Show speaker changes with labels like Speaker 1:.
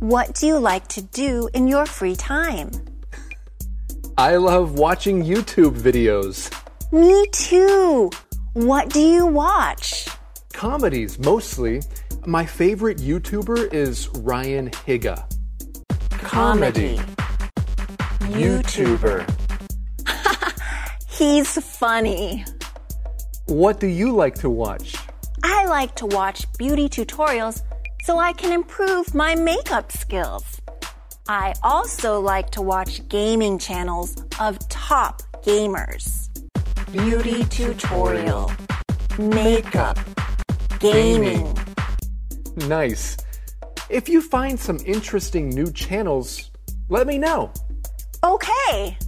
Speaker 1: What do you like to do in your free time?
Speaker 2: I love watching YouTube videos.
Speaker 1: Me too. What do you watch?
Speaker 2: Comedies, mostly. My favorite YouTuber is Ryan Higa. Comedy. YouTuber.
Speaker 1: He's funny.
Speaker 2: What do you like to watch?
Speaker 1: I like to watch beauty tutorials so I can improve my makeup skills. I also like to watch gaming channels of top gamers. Beauty tutorial, makeup, gaming.
Speaker 2: Nice. If you find some interesting new channels, let me know.
Speaker 1: Okay.